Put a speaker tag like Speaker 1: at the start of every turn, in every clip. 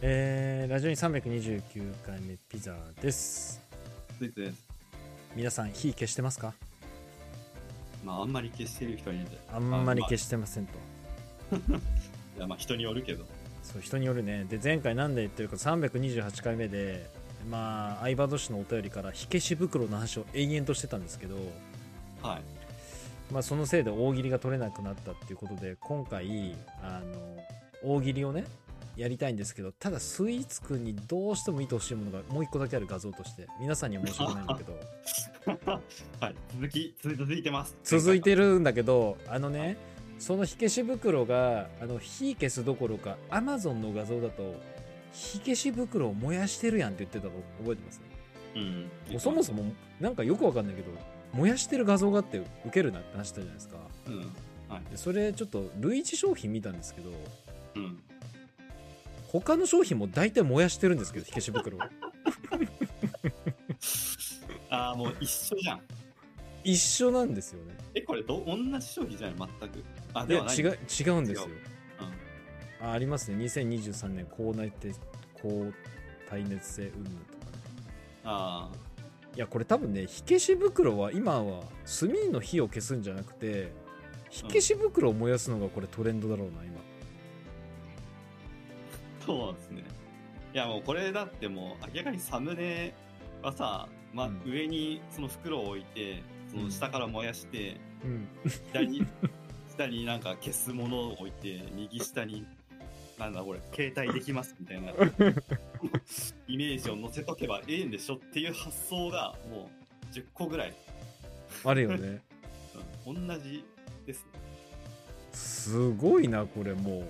Speaker 1: えー、ラジオに329回目ピザです
Speaker 2: ついてです。
Speaker 1: 皆さん火消してますか
Speaker 2: まあ、あんまり消してる人はいないんで。
Speaker 1: あんまり消してませんと
Speaker 2: いや、まあ、人によるけど。
Speaker 1: そう人によるねで前回なんで言ってるか328回目でまあ相葉氏のお便りから火消し袋の話を延々としてたんですけど
Speaker 2: はい。
Speaker 1: まあそのせいで大喜利が取れなくなったっていうことで今回あの大喜利をねやりたいんですけどただスイーツくんにどうしても見てほしいものがもう一個だけある画像として皆さんには申し訳ないんだけど
Speaker 2: はい。続き、続い続いてます。
Speaker 1: 続いてるんだけどあのねその火消し袋があの火消すどころかアマゾンの画像だと火消し袋を燃やしてるやんって言ってたの覚えてます
Speaker 2: うん。
Speaker 1: もうそもそ
Speaker 2: も。
Speaker 1: もなんかよくわかんないけど燃やしてる画像があってウケるなって話したじゃないですか
Speaker 2: うん。
Speaker 1: でそれちょっと類似商品見たんですけど
Speaker 2: うん。
Speaker 1: 他の商品も大体燃やしてるんですけど火消し 袋を
Speaker 2: ああ、もう一緒じゃん。
Speaker 1: 一緒なんですよね
Speaker 2: え、これど、同じ商品じゃない全く。あ、
Speaker 1: い
Speaker 2: で
Speaker 1: や
Speaker 2: はない。
Speaker 1: 違う違うんですよ
Speaker 2: 違
Speaker 1: あありますね2023年高熱性高耐熱性運動とかね
Speaker 2: あ
Speaker 1: いやこれ多分ね火消し袋は今は炭の火を消すんじゃなくて火消し袋を燃やすのがこれトレンドだろうな今
Speaker 2: あ、そうなんですね。いや、もうこれだってもう、明らかにサムネはさ、まあ、
Speaker 1: うん
Speaker 2: 上にその袋を置いて、その下から燃やして、
Speaker 1: うん
Speaker 2: 左に 下になんか消すものを置いて右下になんだこれ携帯できますみた いなイメージを載せとけばええんでしょっていう発想がもう10個ぐらい、
Speaker 1: あるよ ね
Speaker 2: うん、同じですね
Speaker 1: すごいなこれもううわ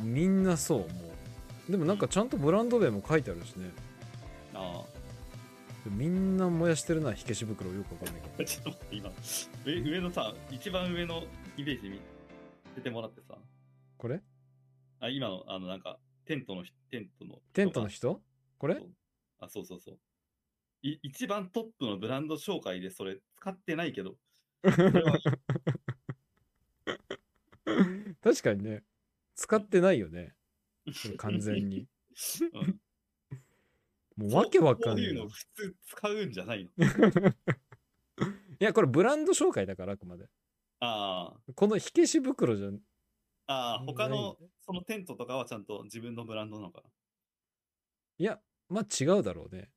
Speaker 1: ーみんなそうもうでもなんかちゃんとブランド名も書いてあるしね
Speaker 2: あ
Speaker 1: みんな燃やしてるな火消し袋よくわかんないけど
Speaker 2: あ ちょっと待って今上上のさ一番上のイメージ見せてもらってさ
Speaker 1: これ
Speaker 2: あ今のあのなんかテントの人テントの人が
Speaker 1: テントの人これ
Speaker 2: あそうそうそうい一番トップのブランド紹介でそれ使ってな いけどそれは
Speaker 1: 確かにね使ってないよ ねこれ完全に
Speaker 2: うん
Speaker 1: もうわけわかんな
Speaker 2: ないい。こういうの普通使うんじゃないの。
Speaker 1: いやこれブランド紹介だからあくまで
Speaker 2: あ
Speaker 1: この火消し袋じゃ
Speaker 2: あ、ああ、 他
Speaker 1: ない
Speaker 2: の、そのテントとかはちゃんと自分のブランドなのか
Speaker 1: いやまあ違うだろうね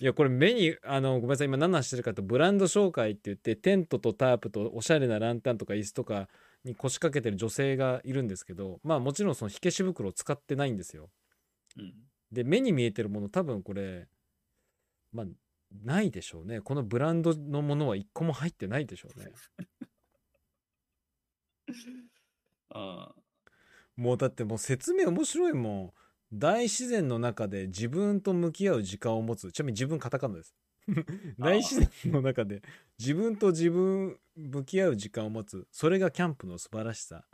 Speaker 1: いやこれ目にあのごめんなさい今何の話してるかとブランド紹介って言ってテントとタープとおしゃれなランタンとか椅子とかに腰掛けてる女性がいるんですけどまあもちろんその火消し袋を使ってないんですよ
Speaker 2: な。うん。
Speaker 1: で目に見えてるもの多分これまあないでしょうねこのブランドのものは一個も入ってないでしょうね
Speaker 2: あ
Speaker 1: もうだってもう説明面白いもん大自然の中で自分と向き合う時間を持つちなみに自分カタカナです大自然の中で自分と自分向き合う時間を持つそれがキャンプの素晴らしさ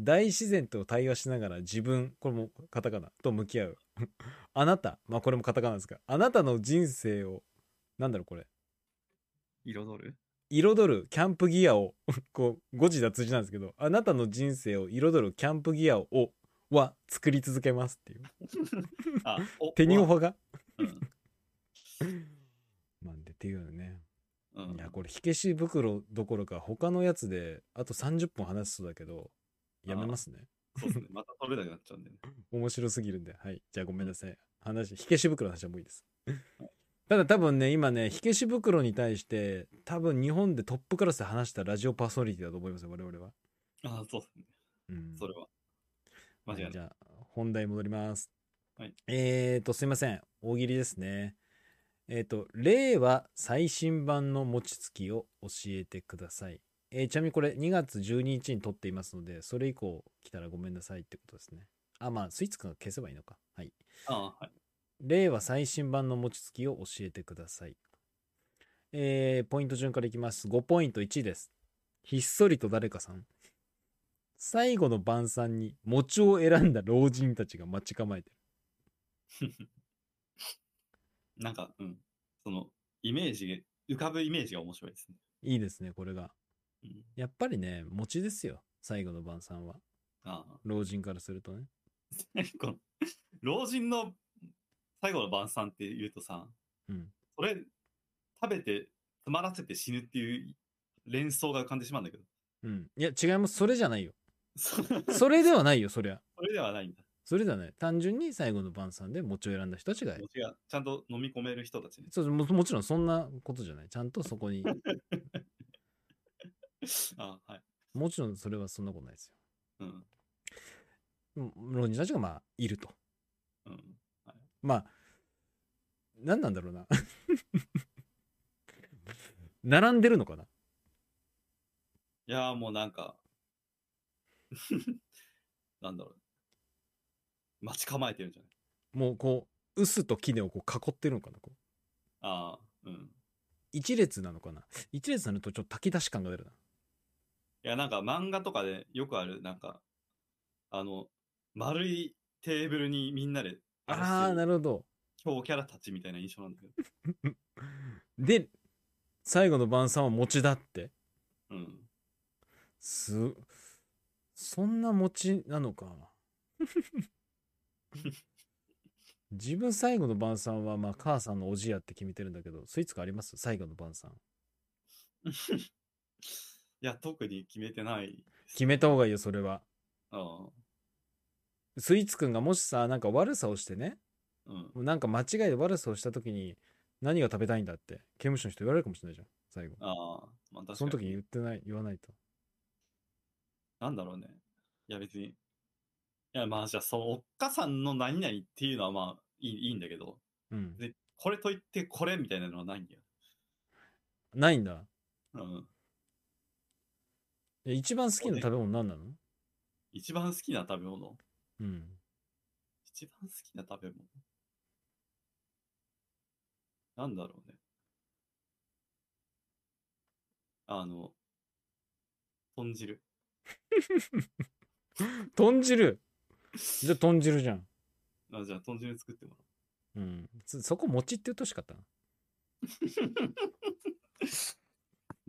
Speaker 1: 大自然と対話しながら自分これもカタカナと向き合う あなたまあこれもカタカナですがあなたの人生をなんだろうこれ
Speaker 2: あ、彩る
Speaker 1: 彩るキャンプギアを こう誤字脱字なんですけどあなたの人生を彩るキャンプギアをは作り続けますっていう
Speaker 2: あ、お
Speaker 1: 手にオ
Speaker 2: うわ
Speaker 1: ファが
Speaker 2: うん。
Speaker 1: なんでっていうよね
Speaker 2: う
Speaker 1: い
Speaker 2: ん
Speaker 1: やこれ火消し袋どころか他のやつであと30分話しそうだけどやめますね
Speaker 2: そうですね。また取れなくなっちゃうんでね。
Speaker 1: 面白すぎるんではいじゃあごめんなさい話火消し袋の話はもういいですただ多分ね今ね火消し袋に対して多分日本でトップクラスで話したラジオパーソナリティだと思いますよ我々は、
Speaker 2: ああ、そうですね。
Speaker 1: うん、
Speaker 2: それは。間違い
Speaker 1: はいじ
Speaker 2: ない。
Speaker 1: ゃあ本題戻ります、
Speaker 2: はい
Speaker 1: えーとすいません大喜利ですねえっ、と令和最新版の餅つきを教えてください、えーちなみにこれ2月12日に撮っていますのでそれ以降来たらごめんなさいってことですねあまあスイーツくんが消せばいいのかはい
Speaker 2: ああ、はい。
Speaker 1: 令和最新版の餅つきを教えてくださいえーポイント順からいきます5ポイント1ですひっそりと誰かさん最後の晩餐に餅を選んだ老人たちが待ち構えてる
Speaker 2: なんか、うん。その、イメージ、浮かぶイメージが面白いですね。
Speaker 1: いいですねこれが
Speaker 2: うん
Speaker 1: やっぱりね、餅ですよ。最後の晩餐は。
Speaker 2: ああ
Speaker 1: 老人からするとね。
Speaker 2: 何 この、老人の最後の晩餐って言うとさ、
Speaker 1: うん。
Speaker 2: それ、食べて、つまらせて死ぬっていう連想が浮かんでしまうんだけ ど。
Speaker 1: うん。いや、違います。それじゃないよ。
Speaker 2: そそ
Speaker 1: それではないよ、そりゃ。
Speaker 2: れではないんだ。
Speaker 1: それではない。単純に最後の晩餐で餅を選んだ人たちが
Speaker 2: 餅がちゃんと飲み込める人たちね。
Speaker 1: そうももちろんそんなことじゃない。ちゃんとそこに。
Speaker 2: ああはい。
Speaker 1: もちろんそれはそんなことないですよ
Speaker 2: うん。。
Speaker 1: うん老人たちがまあ、いると。
Speaker 2: うん。
Speaker 1: まあ、何なんだろうな。 並んでるのかない
Speaker 2: やーもうなんか なんだろう待ち構えてるんじゃない
Speaker 1: もうこう、臼と杵をこう囲ってるのかなこう
Speaker 2: ああうん
Speaker 1: 一列なのかな一列になるとちょっと炊き出し感が出るな。
Speaker 2: いやなんか漫画とかでよくあるなんかあの丸いテーブルにみんなで
Speaker 1: ああ、なるほど。
Speaker 2: 強キャラたちみたいな印象なんだけど
Speaker 1: で、最後の晩餐は餅だって。
Speaker 2: うん
Speaker 1: す、そんな餅な のか。自分最後の晩餐はまあ母さんのおじやって決めてるんだけど、スイーツがあります最後の晩餐。
Speaker 2: いや特に決めてない
Speaker 1: 決めた方がいいよ、それは。
Speaker 2: ああ
Speaker 1: スイーツくんがもしさ、なんか悪さをしてね、
Speaker 2: うん
Speaker 1: なんか間違いで悪さをした時に、何が食べたいんだって、刑務所の人言われるかもしれないじゃん、最後。
Speaker 2: ああまあ確かに
Speaker 1: その時言ってない、言わないと。
Speaker 2: なんだろうねいや別にいやまあじゃあそのおっかさんの何々っていうのはまあいいいいんだけど
Speaker 1: うん。
Speaker 2: でこれといってこれみたいなのはないんだよ
Speaker 1: ないんだ。
Speaker 2: うん
Speaker 1: え一番好きな食べ物何なの
Speaker 2: 一番好きな食べ物
Speaker 1: うん。
Speaker 2: 一番好きな食べ物なんだろうね。あの、豚汁。
Speaker 1: 豚汁じゃあ豚汁じゃん。
Speaker 2: あじゃあ、豚汁作ってもら
Speaker 1: うん。そそこ餅って言うとしかったな。
Speaker 2: う。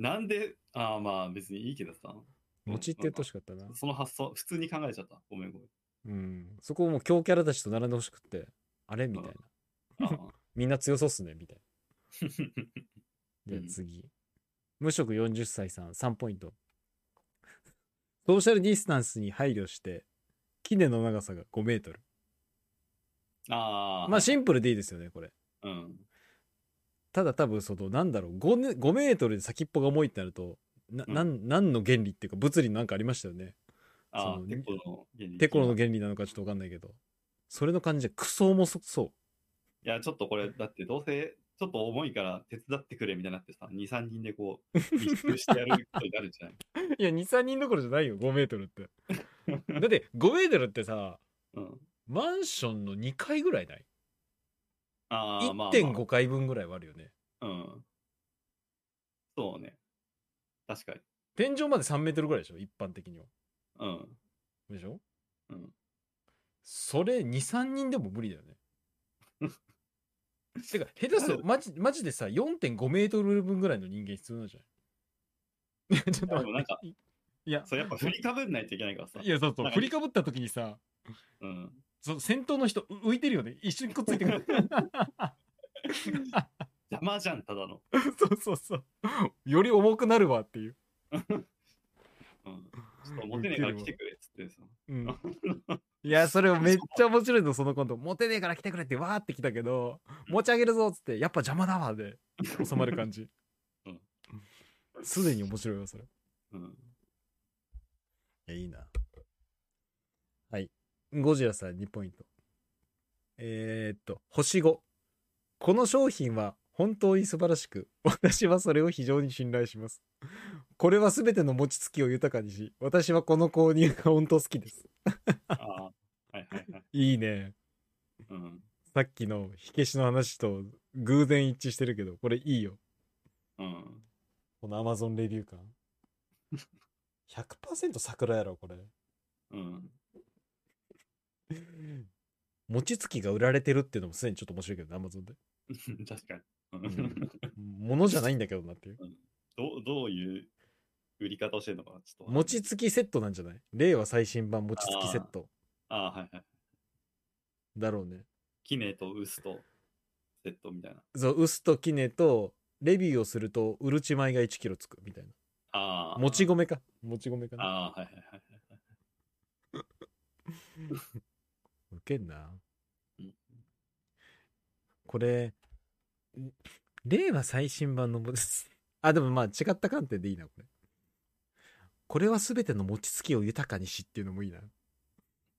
Speaker 2: なんで、ああまあ別にいいけどさ。
Speaker 1: 餅って言うとしかったな。
Speaker 2: その発想、普通に考えちゃった。ごめんご
Speaker 1: うん。そこをもう強キャラたちと並んでほしくって、あれみたいな。
Speaker 2: めん。ああ
Speaker 1: みんな強そうっすね、みたいな。
Speaker 2: う
Speaker 1: で、
Speaker 2: ん
Speaker 1: 次。無職40歳さん、3ポイント。ソーシャルディスタンスに配慮して、杵の長さが5メートル。
Speaker 2: ああ。
Speaker 1: まあシンプルでいいですよね、これ。
Speaker 2: うん。
Speaker 1: ただ多分そのなんだろう 5, ね5メートルで先っぽが重いってなるとな、
Speaker 2: うん
Speaker 1: なん、なんの原理っていうか物理のなんかありましたよね
Speaker 2: あ
Speaker 1: そ
Speaker 2: あ、
Speaker 1: の
Speaker 2: テコの原理。
Speaker 1: テコロの原理なのかちょっと分かんないけどそれの感じでクソ重そそ
Speaker 2: いや、ちょっとこれ、だってどうせ、ちょっと重いから手伝ってくれみたいになってさ、2、3人でこう、密集してやることになるんじゃないう
Speaker 1: いや23人どころじゃないよ5メートルってだって5メートルってさ
Speaker 2: うん。
Speaker 1: マンションの2階ぐらいない
Speaker 2: ああ、まあ、ま
Speaker 1: 1.5階分ぐらいはあるよね
Speaker 2: あ。うん。そうね。確かに。
Speaker 1: 天井まで3メートルぐらいでしょ一般的には
Speaker 2: うん。
Speaker 1: でしょ
Speaker 2: うん
Speaker 1: それ23人でも無理だよ ねてか下手すとマジマジでさ4.5メートル分ぐらいの人間必要なんじゃない いやちょっと
Speaker 2: で
Speaker 1: 待
Speaker 2: も
Speaker 1: っ
Speaker 2: なんか
Speaker 1: ていいや
Speaker 2: そう、やっぱ振りかぶんないといけないからさ。
Speaker 1: いやそうそう
Speaker 2: なんか
Speaker 1: 振りかぶった時にさ
Speaker 2: うん。
Speaker 1: その先頭の人う浮いてるよね一緒にくっついてくる
Speaker 2: 邪魔じゃん、ただの。
Speaker 1: そうそうそうより重くなるわっていう、
Speaker 2: うん。ちょっとモテねえから来てくれっつってさ。
Speaker 1: うん、いやそれめっちゃ面白いのそのコントモテねえから来てくれってわーって来たけど持ち上げるぞっつってやっぱ邪魔だわで収まる感じ
Speaker 2: うん
Speaker 1: すで、に面白いわそれ
Speaker 2: うん。
Speaker 1: いや、いいな。はい。ゴジラさん2ポイント。えーっと、星5。この商品は本当に素晴らしく、私はそれを非常に信頼します。これは全ての餅つきを豊かにし、私はこの購入が本当好きです。
Speaker 2: ああ。はいはいはい。
Speaker 1: いいね。
Speaker 2: うん。
Speaker 1: さっきの火消しの話と偶然一致してるけど、これいいよ。
Speaker 2: うん。
Speaker 1: この Amazon レビュー感。100%桜やろ、これ。
Speaker 2: うん。
Speaker 1: 餅つきが売られてるっていうのもすでにちょっと面白いけどね、Amazon で。
Speaker 2: 確かに。う
Speaker 1: うん
Speaker 2: ん。
Speaker 1: ものじゃないんだけどなっていう。
Speaker 2: どう、どういう売り方をしてるのかなちょっと。
Speaker 1: 餅つきセットなんじゃない令和最新版餅つきセット
Speaker 2: ああ、はいはい。
Speaker 1: だろうね
Speaker 2: キネとウスとセットみたいな。
Speaker 1: そうウスとキネとレビューをするとうるち米が1キロつくみたい
Speaker 2: あ
Speaker 1: な
Speaker 2: あ。
Speaker 1: もち米かもち米かな
Speaker 2: ああ、はいはいはいはい。
Speaker 1: ウケんな
Speaker 2: うん
Speaker 1: これん令和最新版のもあでもまあ違った観点でいいなこれこれは全ての餅つきを豊かにしっていうのもいいな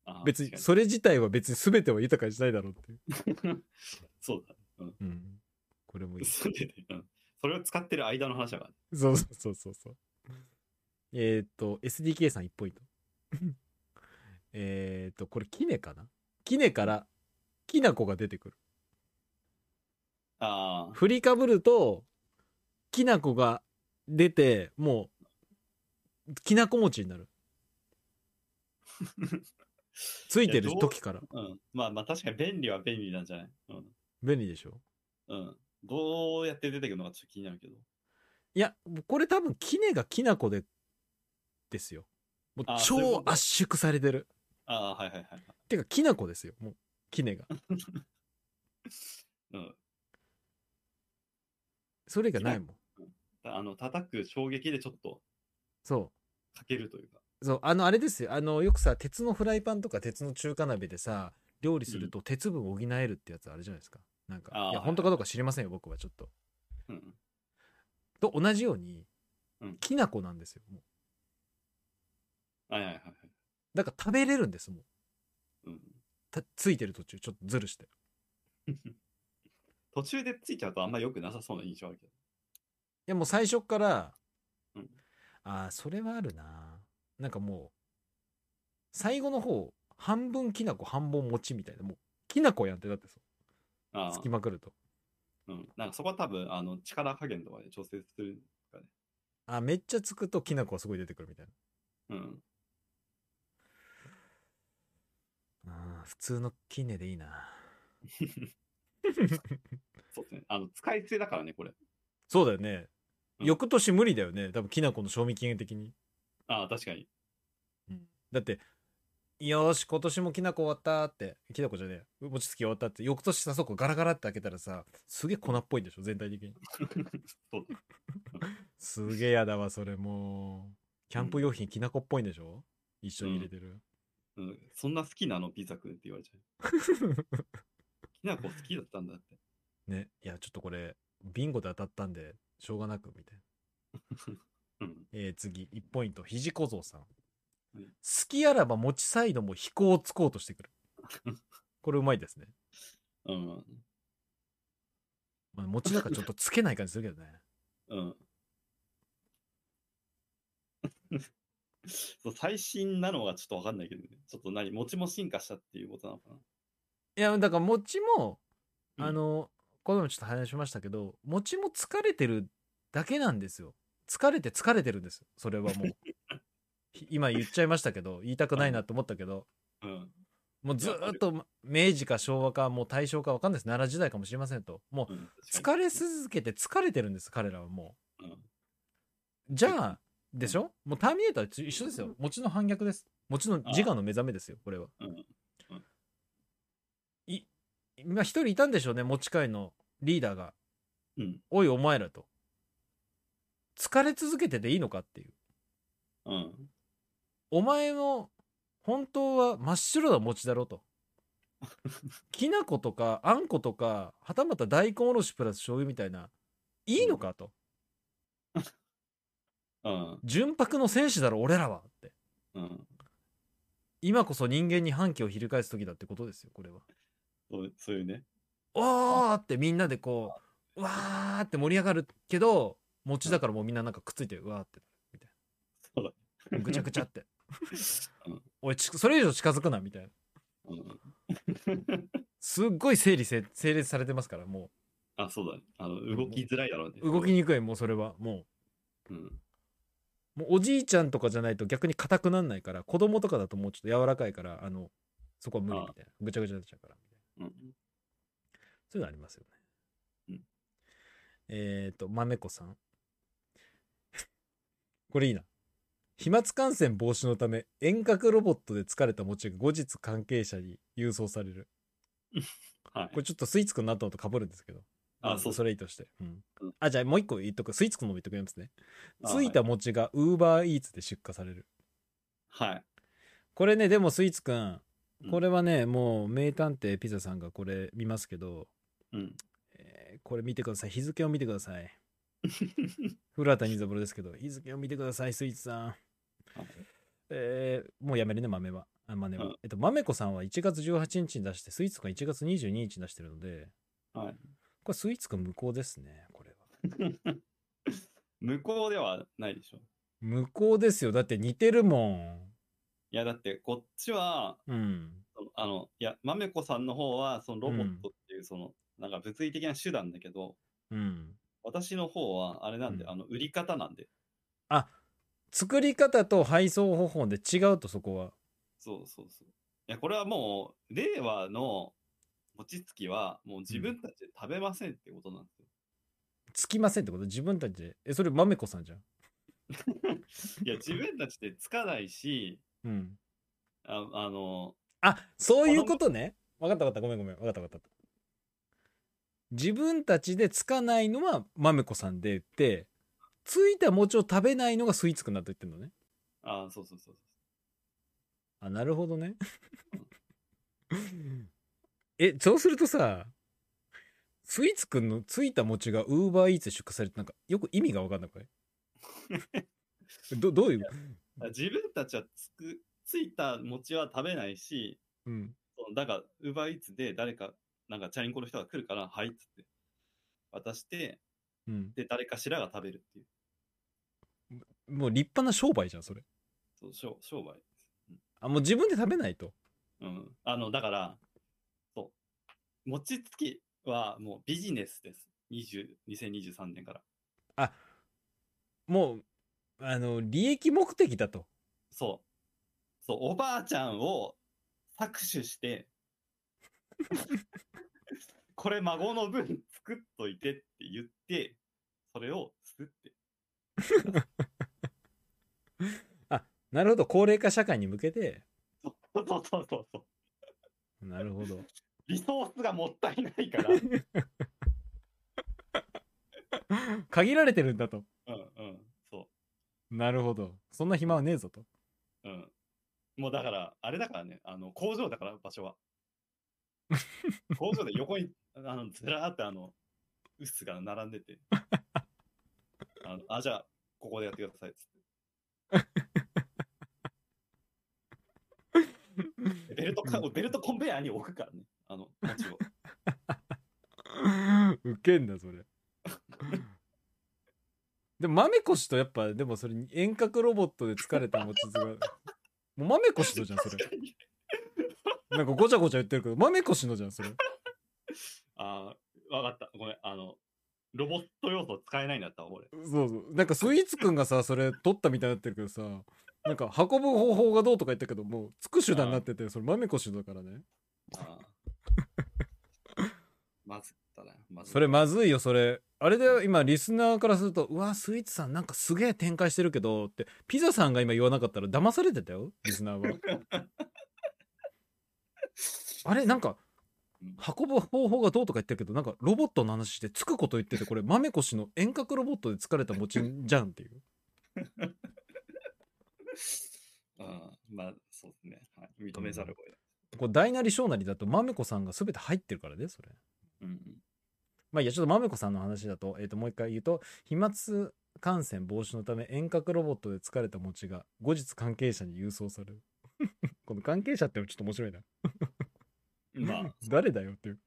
Speaker 2: ああ
Speaker 1: 別に
Speaker 2: 確か
Speaker 1: それ自体は別に全てを豊かにしないだろうっていう、
Speaker 2: に そうだ。
Speaker 1: うん、これもいい
Speaker 2: それで、うんそれを使ってる間の話だから。
Speaker 1: そうそうそうそうそう。えーっと、SDK さん1ポイント。 えーっと、これ、キネかなキネから、きなこが出てくる。
Speaker 2: ああ。
Speaker 1: 振りかぶると、きなこが出て、もう、きなこ餅になる。ついてる
Speaker 2: いやどう
Speaker 1: 時から。
Speaker 2: うん。まあまあ確かに便利は便利なんじゃないうん。
Speaker 1: 便利でしょ
Speaker 2: うん。どうやって出てくるのかちょっと気になるけど。
Speaker 1: いや、これ多分、きねがきなこで、ですよ。もう
Speaker 2: あーそういうこ
Speaker 1: 超
Speaker 2: と
Speaker 1: 圧縮されてる。
Speaker 2: ああ、はいはいはいはい。
Speaker 1: てか、きなこですよ。もう、きねが。
Speaker 2: うん。
Speaker 1: それ以外ないもん。
Speaker 2: あの、叩く衝撃でちょっと
Speaker 1: そう。
Speaker 2: かけるというか。
Speaker 1: そう、あの、あれですよ。あの、よくさ、鉄のフライパンとか鉄の中華鍋でさ、料理すると鉄分を補えるってやつあるじゃないですか。なんか
Speaker 2: あ、ー
Speaker 1: いや、本当かどうか知りませんよ、僕はちょっと。
Speaker 2: うん。
Speaker 1: と同じように
Speaker 2: うん、
Speaker 1: きな粉なんですよ。もう
Speaker 2: はいはいはいはい。
Speaker 1: だから食べれるんです、もう。
Speaker 2: うん。
Speaker 1: たついてる途中、ちょっとずるして。
Speaker 2: 途中でついちゃうとあんま良くなさそうな印象あるけど。
Speaker 1: いや、もう最初っから、
Speaker 2: うん
Speaker 1: ああ、それはあるな。なんかもう、最後の方、半分きな粉、半分餅みたいな。もう、きな粉やんって、だってそう。
Speaker 2: あ
Speaker 1: つ
Speaker 2: あ
Speaker 1: き。まくると。
Speaker 2: うん。なんかそこは多分、あの、力加減とかで調整する。
Speaker 1: あー、めっちゃつくときな粉はすごい出てくるみたいな。
Speaker 2: うん。
Speaker 1: あー普通のキネでいいな
Speaker 2: そうですね。あの、使い捨てだからね、これ。
Speaker 1: そうだよね、
Speaker 2: うん
Speaker 1: 翌年無理だよね多分きな粉の賞味期限的に、
Speaker 2: ああ、確かに。
Speaker 1: だってよーし今年もきな粉終わったーってきな粉じゃねえ餅つき終わったって翌年さそこガラガラって開けたらさすげえ粉っぽいんでしょ全体的に
Speaker 2: そうだ。
Speaker 1: すげえやだわそれもうキャンプ用品きな粉っぽいんでしょ一緒に入れてる、
Speaker 2: うん。そんな好きなの、ピザ君って言われちゃう。きなこ好きだったんだって。
Speaker 1: ねいやちょっとこれビンゴで当たったんでしょうがなくみたいな
Speaker 2: うん。
Speaker 1: えー次、1ポイント。ひじこぞうさん。
Speaker 2: い
Speaker 1: 好きあらば持ちサイドも飛行をつこうとしてくる。これうまいですね。
Speaker 2: うん。
Speaker 1: まあ、持ちなんかちょっとつけない感じするけどね。
Speaker 2: うん。 そう最新なのはちょっとわかんないけどね。ちょっと何、餅も進化したっていうことなのか
Speaker 1: いや、だから持ちも、
Speaker 2: うん
Speaker 1: あの、このもちょっと話しましたけど、持ちも疲れてるだけなんですよ。疲れて疲れてるんですよ。それはもう。ひ今言っちゃいましたけど、言いたくないなと思ったけど、
Speaker 2: な。うん。
Speaker 1: もうずーっと明治か昭和かもう大正かわかんないです。奈良時代かもしれませんと。もう
Speaker 2: うん、確か
Speaker 1: 疲
Speaker 2: に
Speaker 1: れ続けて疲れてるんです、彼らはもう。
Speaker 2: うん
Speaker 1: じゃあ、でしょもうターミネーターと一緒ですよ。餅の反逆です。餅の自我の目覚めですよ、これは。
Speaker 2: うんうん
Speaker 1: い、まあ一人いたんでしょうね、餅会のリーダーが。
Speaker 2: うん。
Speaker 1: おい、お前らと。疲れ続けてていいのかっていう。
Speaker 2: うん。
Speaker 1: お前の本当は真っ白な餅だろ と。きな粉とかあんことかはたまた大根おろしプラス醤油みたいないいのかと
Speaker 2: うん。
Speaker 1: 純白の戦士だろ俺らはって
Speaker 2: うん。
Speaker 1: 今こそ人間に反旗を翻す時だってことですよこれは。
Speaker 2: そうそういうね。
Speaker 1: おーってみんなでこうわーって盛り上がるけど餅だからもうみんななんかくっついてうわーって
Speaker 2: そうだ。
Speaker 1: ぐちゃぐちゃって
Speaker 2: うん
Speaker 1: おいちそれ以上近づくなみたいな
Speaker 2: うん。
Speaker 1: すっごい整理整整列されてますからも
Speaker 2: あ、そうだね。あの、動きづらいだろうね。
Speaker 1: う動きにくいもうそれはも
Speaker 2: うん。
Speaker 1: うもうおじいちゃんとかじゃないと逆に硬くなんないから子供とかだともうちょっと柔らかいからあのそこは無理みたいなぐちゃぐちゃになっちゃうからみたいな
Speaker 2: うん。
Speaker 1: そういうのありますよね。
Speaker 2: うん
Speaker 1: えっ、と、まめこさん。これいいな。飛沫感染防止のため遠隔ロボットで疲れた餅が後日関係者に郵送される
Speaker 2: はい
Speaker 1: こ。れちょっとスイーツくんになったのとかぶるんですけど
Speaker 2: あ、そう
Speaker 1: それいいとして、うん
Speaker 2: うん
Speaker 1: あじゃあもう一個言っとくスイーツくんのも言っとくますね
Speaker 2: あ
Speaker 1: ついた餅がウーバーイーツで出荷される
Speaker 2: はい。
Speaker 1: これねでもスイーツくん
Speaker 2: うん
Speaker 1: これはね、もう名探偵ピザさんがこれ見ますけど、
Speaker 2: うん。
Speaker 1: えーこれ見てください日付を見てくださ い古畑任三郎ですけど日付を見てくださいスイーツさんえーもうやめるね豆はあ豆は、
Speaker 2: うん
Speaker 1: えっと豆子さんは1月18日に出してスイーツくんは1月22日に出してるので
Speaker 2: はい。
Speaker 1: これスイーツくん無効ですねこれは
Speaker 2: 向こうではないでしょ。
Speaker 1: 無効ですよだって似てるも
Speaker 2: いや、だってこっちは、
Speaker 1: んうん
Speaker 2: そのあの、いや、まめこさんの方は、そのロボットっていう、その、なんか物理的な手段だけど、
Speaker 1: うん
Speaker 2: 私の方は、あれなんで、
Speaker 1: うん
Speaker 2: あの、売り方なんで。
Speaker 1: あ作り方と配送方法で違うとそこは
Speaker 2: そうそうそう。いや、これはもう、令和の餅つきは、もう自分たちで食べませんってことなんですよ。
Speaker 1: つきませんってこと自分たちでえそれ豆子さんじゃん
Speaker 2: いや、自分たちでつかないし、
Speaker 1: うん
Speaker 2: ああの、
Speaker 1: あそういうことね分かった分かったごめんごめん分かった分かった自分たちでつかないのはまめこさんで言ってついた餅を食べないのがスイーツくんだと言ってんのね
Speaker 2: あそうそうそう
Speaker 1: あなるほどね えそうするとさスイーツくんのついた餅がウーバーイーツで出荷されてなんかよく意味が分かんないこれどどういう、
Speaker 2: そう。自分たちはつく、ついた餅は食べないし、
Speaker 1: うん、
Speaker 2: そのだから、ウーバーイーツで誰か、なんかチャリンコの人が来るから、はいっつって。渡して、
Speaker 1: うん、
Speaker 2: で、誰かしらが食べるっていう。
Speaker 1: もう立派な商売じゃんそれ
Speaker 2: そう、商商売。
Speaker 1: あもう自分で食べないと
Speaker 2: うん。あの、だから、そう。餅つきはもうビジネスです。20 2023年から。
Speaker 1: もう、あの、利益目的だと。
Speaker 2: そう。そう、おばあちゃんを搾取 して、これ孫の分作っといてって言って、それをすって。
Speaker 1: なるほど、高齢化社会に向けて。
Speaker 2: そうそうそうそうそう。
Speaker 1: なるほど。
Speaker 2: リソースがもったいない から。
Speaker 1: 限られてるんだと。
Speaker 2: うんうん、そ
Speaker 1: なるほど。そんな暇はねえぞと。
Speaker 2: う。うん。もうだから、あれだからね、あの、工場だから、場所は。工場で横に、あの、ずらーってあの、うっすが並んでて。あの、あ、じゃあ、ここでやってください、つって。ベルトか、ベルトコンベヤーに置くからね、あの、餅を。
Speaker 1: ウケんだ、それ。 でも、まめこしとやっぱ、でもそれ、遠隔ロボットで疲れた持ちつが。もうまめこしとじゃん、それ。なんかごちゃごちゃ言ってるけど、まめこしのじゃん、それ。
Speaker 2: あー、わかった。ごめん、あの、ロボット要素使えないんだったわ、俺。
Speaker 1: そうそう。なんかスイーツくんがさ、それ取ったみたいになってるけどさ、なんか運ぶ方法がどうとか言ったけど、もう、つく手段になってて、それ、まめこしだからね。
Speaker 2: あーまずったな、まず
Speaker 1: それまずいよ、それ。あれだよ、今、リスナーからすると、うわ、スイーツさん、なんかすげえ展開してるけど、って、ピザさんが今言わなかったら、騙されてたよ、リスナーは。あれ、なんか、運ぶ方法がどうとか言ってるけど、なんか、ロボットの話して、つくこと言ってて、これ、まめこしの遠隔ロボットで疲れた餅じゃんっていう。
Speaker 2: うん、まあ、そうですね。はい、認めざるを得ない。
Speaker 1: これ、大なり小なりだと、まめこさんが全て入ってるからね、それ。
Speaker 2: うん、
Speaker 1: まあいいや、ちょっとまめこさんの話だと、えっ、と、もう一回言うと、飛沫感染防止のため遠隔ロボットで疲れた餅が後日関係者に郵送される。 この関係者ってのちょっと面白いな。
Speaker 2: うんまあ、
Speaker 1: 誰だよっていう。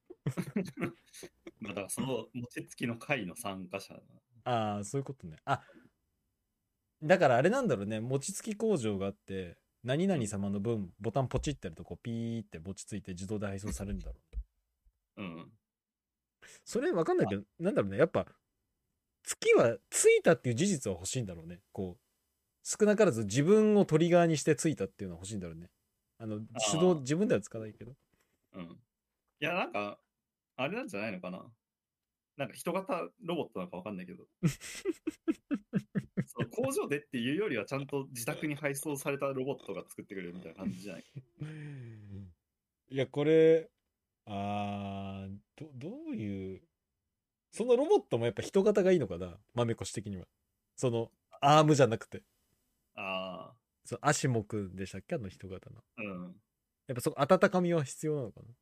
Speaker 2: まあだからその餅つきの会の参加者。
Speaker 1: ああ、そういうことね。あ、だからあれなんだろうね。餅つき工場があって、何々様の分ボタンポチってやるとこうピーって餅ついて自動で配送されるんだろう。
Speaker 2: うん。
Speaker 1: それわかんないけど、なんだろうね。やっぱ、月はついたっていう事実は欲しいんだろうね。こう、少なからず自分をトリガーにしてついたっていうのは欲しいんだろうね。あの、
Speaker 2: ー
Speaker 1: 手動、自分ではつかないけど。
Speaker 2: うん。いや、なんか、あれなんじゃないのかな。なんか人型ロボットなのかわかんないけど そう工場でっていうよりはちゃんと自宅に配送されたロボットが作ってくれるみたいな感じ じゃない
Speaker 1: いやこれあーどどういうそのロボットもやっぱ人型がいいのかな豆越的にはそのアームじゃなくて
Speaker 2: あ
Speaker 1: その足もくんでしたっけあの人型の
Speaker 2: あうん
Speaker 1: やっぱその温かみは必要なのかない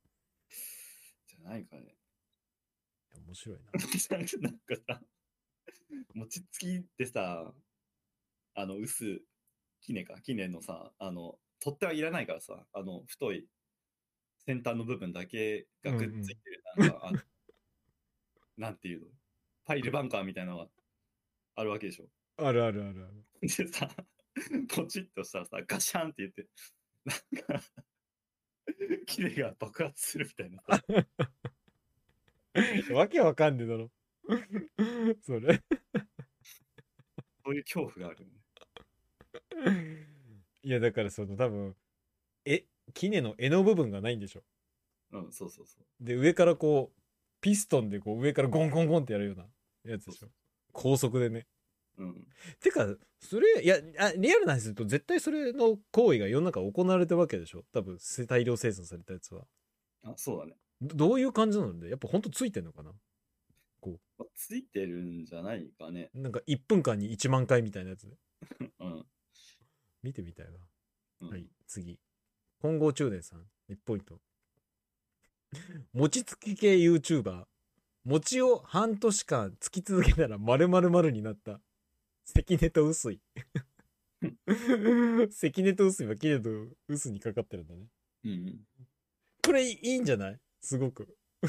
Speaker 2: じゃないかね
Speaker 1: や面白いな
Speaker 2: なんかさ餅つきってさあの薄きねかきねのさあの取っ手はいらないからさあの太い先端の部分だけがくっついてる、なんかあの なんていうのパイルバンカーみたいなのがあるわけでしょ
Speaker 1: あるあるあるある
Speaker 2: でさ、ポチッとしたらさ、ガシャンって言って、なんか、キレが爆発するみたいなさ。
Speaker 1: わけわかんねえだろ。それ。
Speaker 2: そういう恐怖があるよね。
Speaker 1: いや、だからその多分、え、キネの柄の部分がないんでしょ。
Speaker 2: うん、そうそうそう。
Speaker 1: で、上からこう、ピストンでこう上からゴンゴンゴンってやるようなやつでしょ。高速でね。
Speaker 2: うん。
Speaker 1: てか、それ、いや、あリアルな話すると絶対それの行為が世の中行われてるわけでしょ。多分、せ大量生産されたやつは。
Speaker 2: あ、そうだね。
Speaker 1: どどういう感じなので、やっぱほんとついてんのかな
Speaker 2: まあついてるんじゃないかね。
Speaker 1: なんか1分間に1万回みたいなやつで。
Speaker 2: うん。
Speaker 1: 見てみたいな。
Speaker 2: うん
Speaker 1: はい、次。本郷中年さん、1ポイント。餅つき系 YouTuber。餅を半年間つき続けたら〇〇〇になった。関根と 薄い。関根と薄いはキネと薄にかかってるんだね。
Speaker 2: うん。
Speaker 1: これいいんじゃないすごく。こ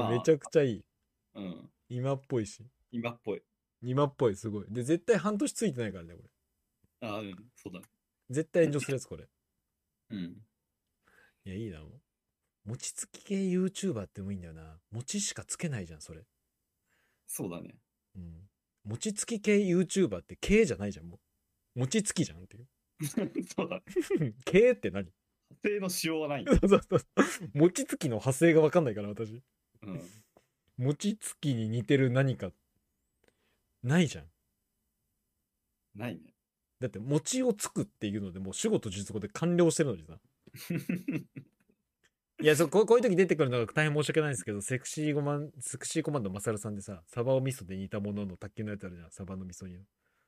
Speaker 1: れ
Speaker 2: まあ
Speaker 1: めちゃくちゃいい。
Speaker 2: うん。
Speaker 1: 今っぽいし。
Speaker 2: 今っぽい。
Speaker 1: 今っぽい、すごい。で、絶対半年ついてないからね、これ。
Speaker 2: あうん、そうだね。
Speaker 1: 絶対炎上するやつ、これ。
Speaker 2: うん。
Speaker 1: いや、いいな。餅つき系 YouTuber ってもいいんだよな。餅しかつけないじゃん、それ。
Speaker 2: そうだね。
Speaker 1: うん。餅つき系 YouTuber って系じゃないじゃん、もう。餅つきじゃんっていう。
Speaker 2: そうだね。
Speaker 1: 系って何
Speaker 2: 派生のしようはない。
Speaker 1: そうそうそう。餅つきの派生がわかんないから、私。
Speaker 2: うん。
Speaker 1: 餅つきに似てる何か、ないじゃん。
Speaker 2: ないね。
Speaker 1: だって、餅をつくっていうので、もう主語と術語で完了してるのにさ。いや、そう、こうこういう時出てくるのが大変申し訳ないんですけど、セクシーコマン、セクシーコマンドマサルさんでさ、サバを味噌で煮たものの卓球のやつあるじゃん、サバの味噌煮の。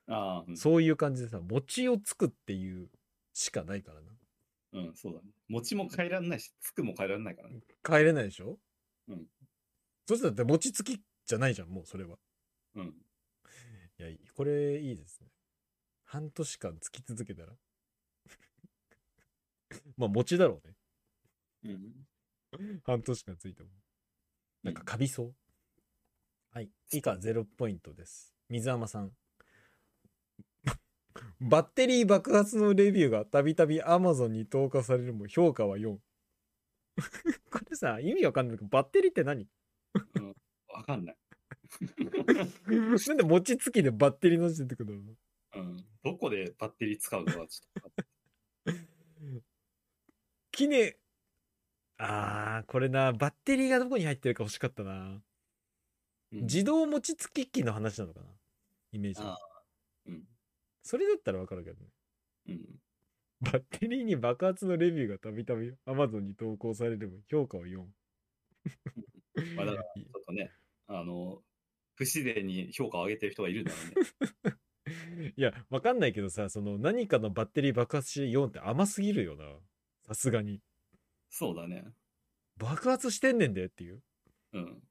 Speaker 2: ああ、うん
Speaker 1: そういう感じでさ、餅をつくっていうしかないからな。
Speaker 2: うん、そうだね。餅も変えらんないし、つくも変えらんないからね。
Speaker 1: 帰れないでしょ
Speaker 2: うん。
Speaker 1: そしたらだって餅つきじゃないじゃん、もうそれは。
Speaker 2: うん。
Speaker 1: いや、いいこれいいですね。半年間つき続けたら。 まあ、餅だろうね。
Speaker 2: うん。
Speaker 1: 半年間ついても。なんか、カビそう。はい。以下、0ポイントです。水山さん。 バッテリー爆発のレビューがたびたび Amazon に投下されるも評価は4。こ れさ、意味わかんないけど、バッテリーって 何
Speaker 2: わかんない。
Speaker 1: なんで餅つきでバッテリーの字出てくるの
Speaker 2: うん。どこでバッテリー使うのかちょっと。
Speaker 1: キネ、あー、これな、バッテリーがどこに入ってるか欲しかったな。
Speaker 2: うん
Speaker 1: 自動餅つき機の話なのかなイメージは
Speaker 2: あうん。
Speaker 1: それだったらわかるけどね。
Speaker 2: うん。
Speaker 1: バッテリーに爆発のレビューがたびたび Amazon に投稿されるも評価を4。
Speaker 2: まあだからちょっとね、あの、不自然に評価を上げてる人がいるんだろうね。
Speaker 1: いや、わかんないけどさ、その何かのバッテリー爆発し4って甘すぎるよな。さすがに。
Speaker 2: そうだね。
Speaker 1: 爆発してんねんでっていう。
Speaker 2: うん。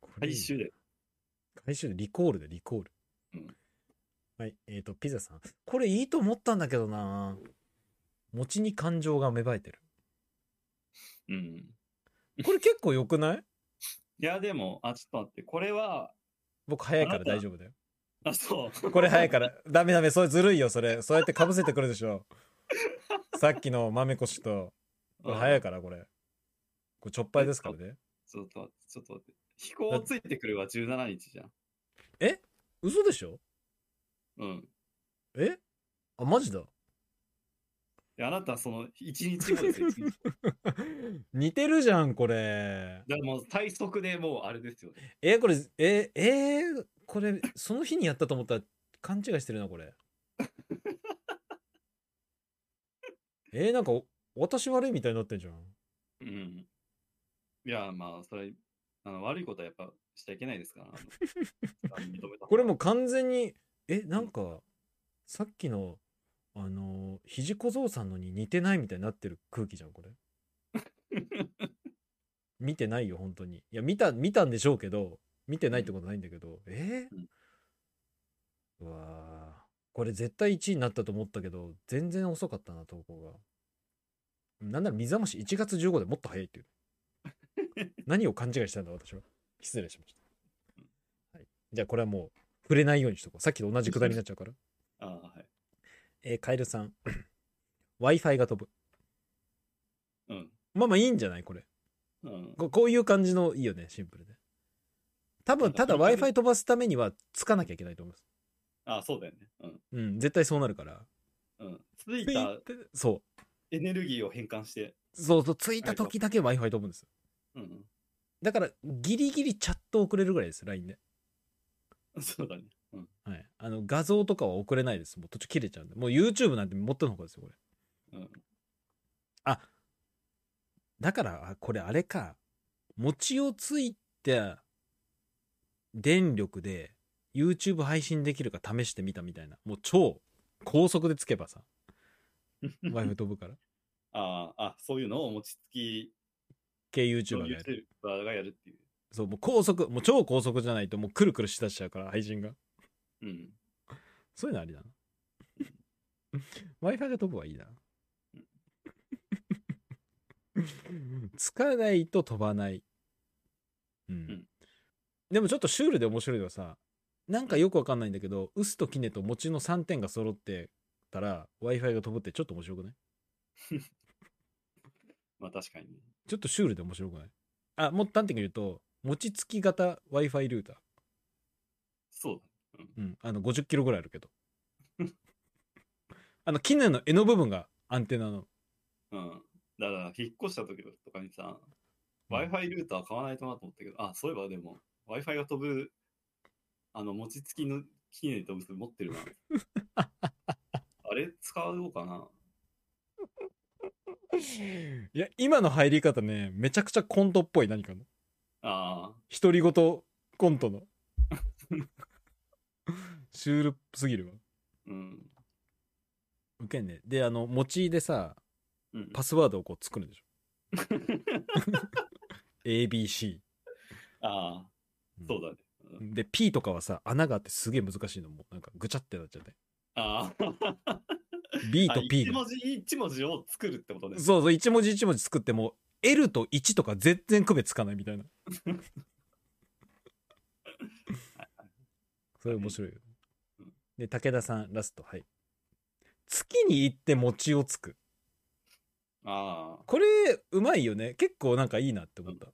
Speaker 1: これいい
Speaker 2: 回収で。
Speaker 1: 回収でリコールでリコール。
Speaker 2: うん
Speaker 1: はい、えっ、と、ピザさん。これいいと思ったんだけどな餅に感情が芽生えてる。
Speaker 2: うん。
Speaker 1: これ結構良くない
Speaker 2: いや、でも、あ、ちょっと待って、これは、
Speaker 1: 僕早いか
Speaker 2: あ
Speaker 1: ら
Speaker 2: なた
Speaker 1: 大丈夫だよ。
Speaker 2: あ、そう。
Speaker 1: これ早いから。ダメダメ、それずるいよ、それ。そうやって被せてくるでしょ。さっきの豆こしと、これ早い
Speaker 2: か。
Speaker 1: から、これ。これ、ちょっぱいですからね。
Speaker 2: ちょっと待って、ちょっと待って。飛行ついてくるは17日じゃん。
Speaker 1: 嘘でしょ
Speaker 2: うん。
Speaker 1: えあ、マジだ。
Speaker 2: であなたはその1日 後ですよ。1日だか
Speaker 1: 似てるじゃん、これ。
Speaker 2: らもう最速でもうあれですよね。
Speaker 1: え、これ、え、えーこれ、その日にやったと思ったら勘違いしてるな、これ。えーなんか、お私悪いみたいになってんじゃん。
Speaker 2: うん。いや、まあ、それ、あの悪いことはやっぱしちゃいけないですから。あの認めた
Speaker 1: これもう完全に、え、なんか、さっきの、あの、肘小僧さんのに似てないみたいになってる空気じゃん、これ。見てないよ、本当に。いや、見た、見たんでしょうけど、見てないってことないんだけど、えー
Speaker 2: うん
Speaker 1: うわーこれ絶対1位になったと思ったけど、全然遅かったな、投稿が。なんなら、水覚まし1月15でもっと早い っていう。何を勘違いしたんだ、私は。失礼しました。はい、じゃあ、これはもう、触れないようにしとこう。さっきと同じくだりになっちゃうから。
Speaker 2: ああ、はい。
Speaker 1: えーカエルさん。Wi-Fi が飛ぶ。
Speaker 2: うん。
Speaker 1: まあまあいいんじゃないこれ。
Speaker 2: うん。
Speaker 1: ここういう感じのいいよねシンプルで多分ただ w i f i 飛ばすためにはつかなきゃいけないと思います
Speaker 2: ああ、そうだよね。うん。
Speaker 1: うん絶対そうなるから
Speaker 2: うん。ついた
Speaker 1: そ
Speaker 2: エネルギーを変換して。
Speaker 1: うそうそうついた時だけ w i f i 飛ぶんです
Speaker 2: うん。
Speaker 1: だからギリギリチャット送れるぐらいです LINE で、
Speaker 2: そうだね。うん。
Speaker 1: はい、あの画像とかは送れないですもう途中切れちゃうんでもう YouTube なんて持ってのほかですよこれ
Speaker 2: うん
Speaker 1: あだからあこれあれか餅をついて電力で YouTube 配信できるか試してみたみたいなもう超高速でつけば さ w i f i 飛ぶから
Speaker 2: ああ、あそういうのを餅つき
Speaker 1: 系
Speaker 2: の
Speaker 1: YouTuber がやる
Speaker 2: YouTuber がやるっていう。
Speaker 1: そうもう高速もう超高速じゃないともうくるくるしだしちゃうから配信が
Speaker 2: うん。
Speaker 1: そういうのありだな w i f i が飛ぶはいいなつかないと飛ばないうん、
Speaker 2: ん
Speaker 1: でもちょっとシュールで面白いのはさなんかよくわかんないんだけど「うす」と「きね」と「餅」の3点が揃ってたら w i f i が飛ぶってちょっと面白くない
Speaker 2: まあ確かにね。
Speaker 1: ちょっとシュールで面白くないあもっと端的に言うと餅つき型 w i f i ルーター
Speaker 2: そう
Speaker 1: うん、あの50キロぐらいあるけどあの絹の柄の部分がアンテナの
Speaker 2: だ。うん。だから、引っ越した時とかにさ、Wi-Fi ルーター買わないとなと思ったけど、あ、そういえばでも、Wi-Fi が飛ぶ、あの、餅つきの記念と結び持ってるな。 あれ使おうかな。
Speaker 1: いや今の入り方ねめちゃくちゃコントっぽい何かの
Speaker 2: あ
Speaker 1: 独り言コント のシュールすぎるわ
Speaker 2: あ、うん。
Speaker 1: ウケんねであの持ちでさ
Speaker 2: うん、
Speaker 1: パスワードをこう作るで しょ ABC
Speaker 2: ああ、そうだね。うん
Speaker 1: で P とかはさ穴があってすげえ難しいのもうなんかぐちゃってなっちゃって
Speaker 2: ああ。
Speaker 1: B
Speaker 2: あ
Speaker 1: と P
Speaker 2: 一
Speaker 1: が
Speaker 2: 文字一文字を作るってことね。
Speaker 1: そうそう、一文字一文字作っても、L と1とか全然区別つかないみ たいな。それ面白いよ
Speaker 2: うん。
Speaker 1: で、武田さん、ラスト、はい。月に行って餅をつく。
Speaker 2: ああ、
Speaker 1: これ、うまいよね。結構なんかいいなって思った。
Speaker 2: ち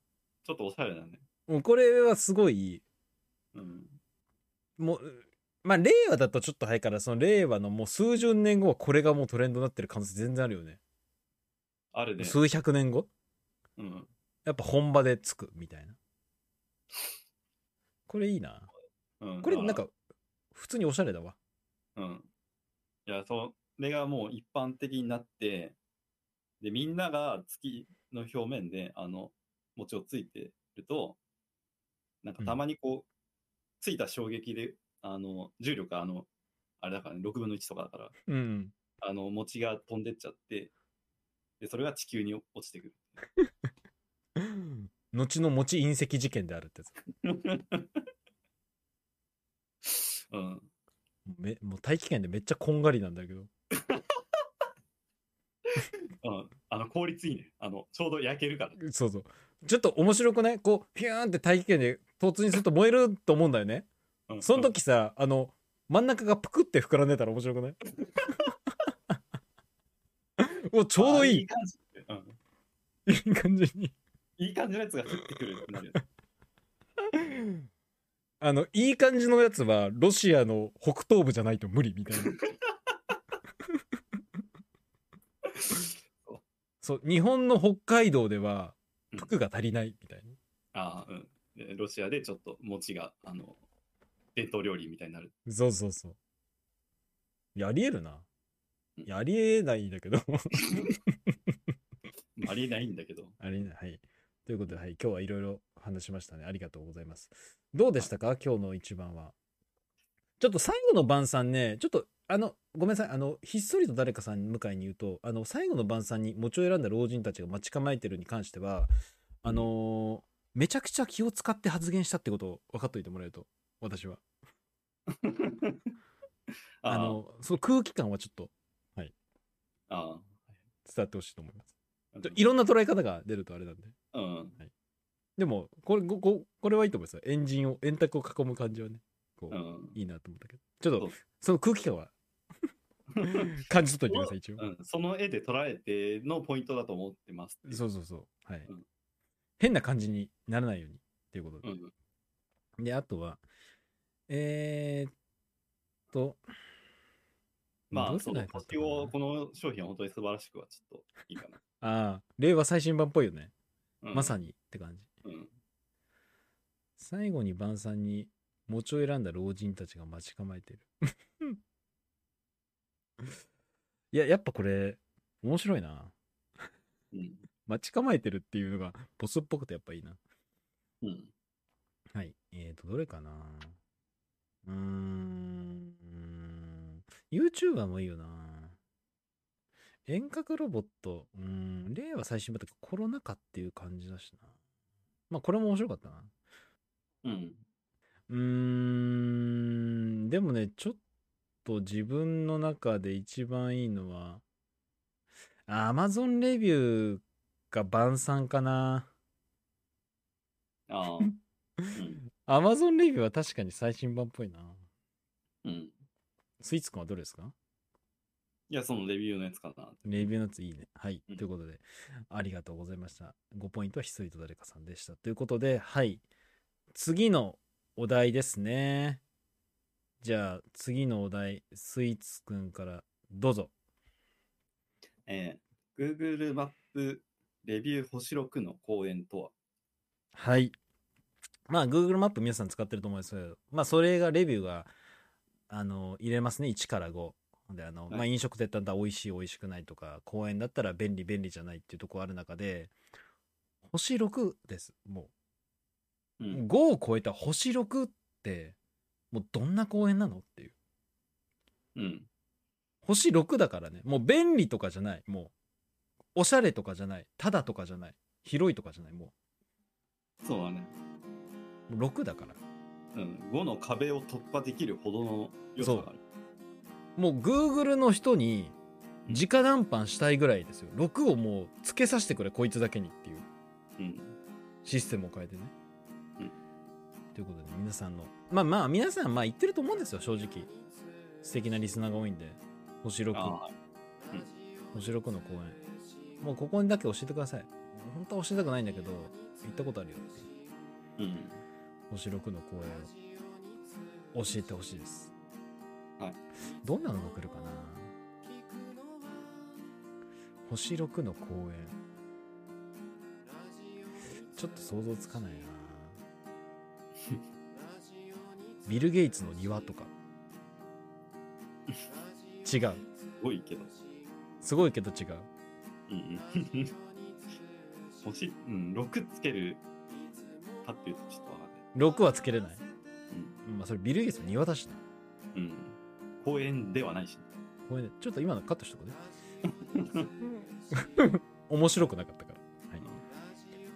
Speaker 2: ょっとおしゃれだね。
Speaker 1: もうこれはすごいいい。
Speaker 2: うん。
Speaker 1: もう、まあ、令和だとちょっと早いから、その令和のもう数十年後はこれがもうトレンドになってる可能性全然あるよね。
Speaker 2: あるね。
Speaker 1: 数百年後
Speaker 2: うん。
Speaker 1: やっぱ本場でつくみたいな。これいいな。
Speaker 2: うん、
Speaker 1: これなんか普通におしゃれだわ
Speaker 2: うん。いや、それがもう一般的になって、で、みんなが月の表面で、あの、餅をついてると、なんかたまにこう、ついた衝撃で、あの、重力、あの、あれだからね、6分の1とかだから、
Speaker 1: うん
Speaker 2: あの、餅が飛んでっちゃって、で、それが地球に落ちてくる。
Speaker 1: 後の餅隕石事件であるってやつ
Speaker 2: うん。
Speaker 1: めもう大気圏でめっちゃこんがりなんだけど
Speaker 2: うん。あの、効率いいね。あの、ちょうど焼けるから。
Speaker 1: そうそうちょっと面白くないこうピューンって大気圏で突入すると燃えると思うんだよね
Speaker 2: うん、
Speaker 1: その時さあの真ん中がぷくって膨らんでたら面白くない もうち
Speaker 2: ち
Speaker 1: ょうどいい
Speaker 2: いい感じ。うん。
Speaker 1: いい感じに
Speaker 2: いい感じのやつが降ってくるってな るよね
Speaker 1: あのいい感じのやつはロシアの北東部じゃないと無理みたいなそう日本の北海道では
Speaker 2: うん
Speaker 1: 服が足りないみたいな、
Speaker 2: ああ、うんで。ロシアでちょっと餅が、あの、伝統料理みたいになる。
Speaker 1: そうそうそういやありえるな
Speaker 2: うん
Speaker 1: いやありえないんだけど
Speaker 2: まあありえないんだ けど。
Speaker 1: ありえないはいということで、はい、今日はいろいろ話しましたねありがとうございますどうでしたか今日の一番はちょっと最後の晩餐ねちょっとあのごめんなさいあのひっそりと誰かさん向かいに言うとあの最後の晩餐に餅を選んだ老人たちが待ち構えてるに関してはあのーめちゃくちゃ気を使って発言したってことを分かっといてもらえると私は
Speaker 2: あ
Speaker 1: あ
Speaker 2: あ
Speaker 1: のその空気感はちょっと
Speaker 2: あ
Speaker 1: 伝わってほしいと思います
Speaker 2: あ
Speaker 1: ちょいろんな捉え方が出るとあれなんで
Speaker 2: うん。
Speaker 1: でもこれこここれはいいと思いますよエンジンを円卓を囲む感じはねこう、
Speaker 2: うん。
Speaker 1: いいなと思ったけどちょっ
Speaker 2: そう
Speaker 1: と
Speaker 2: です
Speaker 1: その空気 感は感じ取っといてください一応、
Speaker 2: うん、その絵で捉えてのポイントだと思ってます。
Speaker 1: そうそうそうはい、
Speaker 2: うん
Speaker 1: 変な感じにならないようにっていうこと
Speaker 2: う
Speaker 1: で、
Speaker 2: ん。
Speaker 1: であとはえー、っと
Speaker 2: ま
Speaker 1: ど
Speaker 2: あ、
Speaker 1: うす
Speaker 2: そ
Speaker 1: ればよ
Speaker 2: の
Speaker 1: かったか
Speaker 2: 星
Speaker 1: な
Speaker 2: を、この商品は本当に素晴らしくはちょっといいかな。
Speaker 1: ああ令和最新版っぽいよね、
Speaker 2: うん、
Speaker 1: まさにって感じ
Speaker 2: うん。
Speaker 1: 最後に晩餐に餅を選んだ老人たちが待ち構えてる いややっぱこれ面白いな
Speaker 2: うん。
Speaker 1: 待ち構えてるっていうのがボスっぽくてやっぱいいな
Speaker 2: うん。
Speaker 1: はいえーとどれかなうーんうーん YouTuber もいいよな遠隔ロボットうーん例は最新版とかコロナ禍っていう感じだしなまあこれも面白かったな
Speaker 2: うん。
Speaker 1: うーん、でもね、ちょっと自分の中で一番いいのは、アマゾンレビューが晩餐かな。
Speaker 2: ああ。うん。
Speaker 1: アマゾンレビューは確かに最新版っぽいな。
Speaker 2: うん。
Speaker 1: スイーツくんはどれですか
Speaker 2: いや、そのレビューのやつかな。
Speaker 1: レビューのやついいね。はい。
Speaker 2: うん
Speaker 1: ということで、ありがとうございました。5ポイントはひそりと誰かさんでした。ということで、はい。次のお題ですね。じゃあ、次のお題、スイーツくんからどうぞ。
Speaker 2: えー、Google マップレビュー星6の公演とは
Speaker 1: はい。まあ、Google マップ皆さん使ってると思いますけど、まあ、それがレビューが、あの、入れますね、1から5。で、あの、
Speaker 2: はい
Speaker 1: まあ、飲食店だったら美味しい、美味しくないとか、公園だったら便利、便利じゃないっていうところある中で、星6です。も
Speaker 2: う
Speaker 1: う、
Speaker 2: ん。
Speaker 1: 5を超えた星6って、もうどんな公園なのっていう。
Speaker 2: うん。
Speaker 1: 星6だからね、もう便利とかじゃない。もう、おしゃれとかじゃない。ただとかじゃない。広いとかじゃない。も
Speaker 2: そうだね。
Speaker 1: う、もう6だから。
Speaker 2: うん。5の壁を突破できるほどの良さがある。
Speaker 1: もう Google の人に直談判したいぐらいですよ。6をもうつけさせてくれ、こいつだけにっていう
Speaker 2: うん。
Speaker 1: システムを変えてね
Speaker 2: うん。
Speaker 1: ということで、皆さんの、まあまあ、皆さん、まあ言ってると思うんですよ、正直。素敵なリスナーが多いんで。星6、
Speaker 2: ああ、
Speaker 1: 星6の公演。もうここにだけ教えてください。本当は教えたくないんだけど、行ったことあるよっていう。
Speaker 2: うん。
Speaker 1: 星6の公演を教えてほしいです。
Speaker 2: はい。
Speaker 1: どんなのが来るかな星6の公演。ちょっと想像つかないなビル・ゲイツの庭とか。違う。
Speaker 2: すごいけど。
Speaker 1: すごいけど違う。
Speaker 2: うんうん。星、うん、6つけるかっていうとちょっとわかんない。
Speaker 1: 6はつけれない。まあそれビル・ゲイツの庭だしな。
Speaker 2: うん。うん。公園ではないし。
Speaker 1: ごめんね。ちょっと今のカットしとくね。面白くなかったから。はい。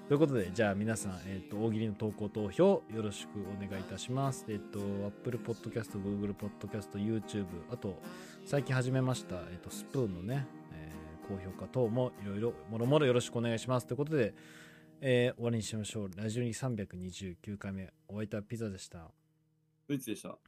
Speaker 1: ということで、じゃあ皆さん、えっ、と、大喜利の投稿投票、よろしくお願いいたします。えっ、と、Apple Podcast、Google Podcast、YouTube、あと、最近始めました、えっ、と、スプーンのね、えー高評価等もいろいろ、もろもろよろしくお願いします。ということで、えー終わりにしましょう。ラジオに329回目、お相手はピザでした。
Speaker 2: ドイツでした。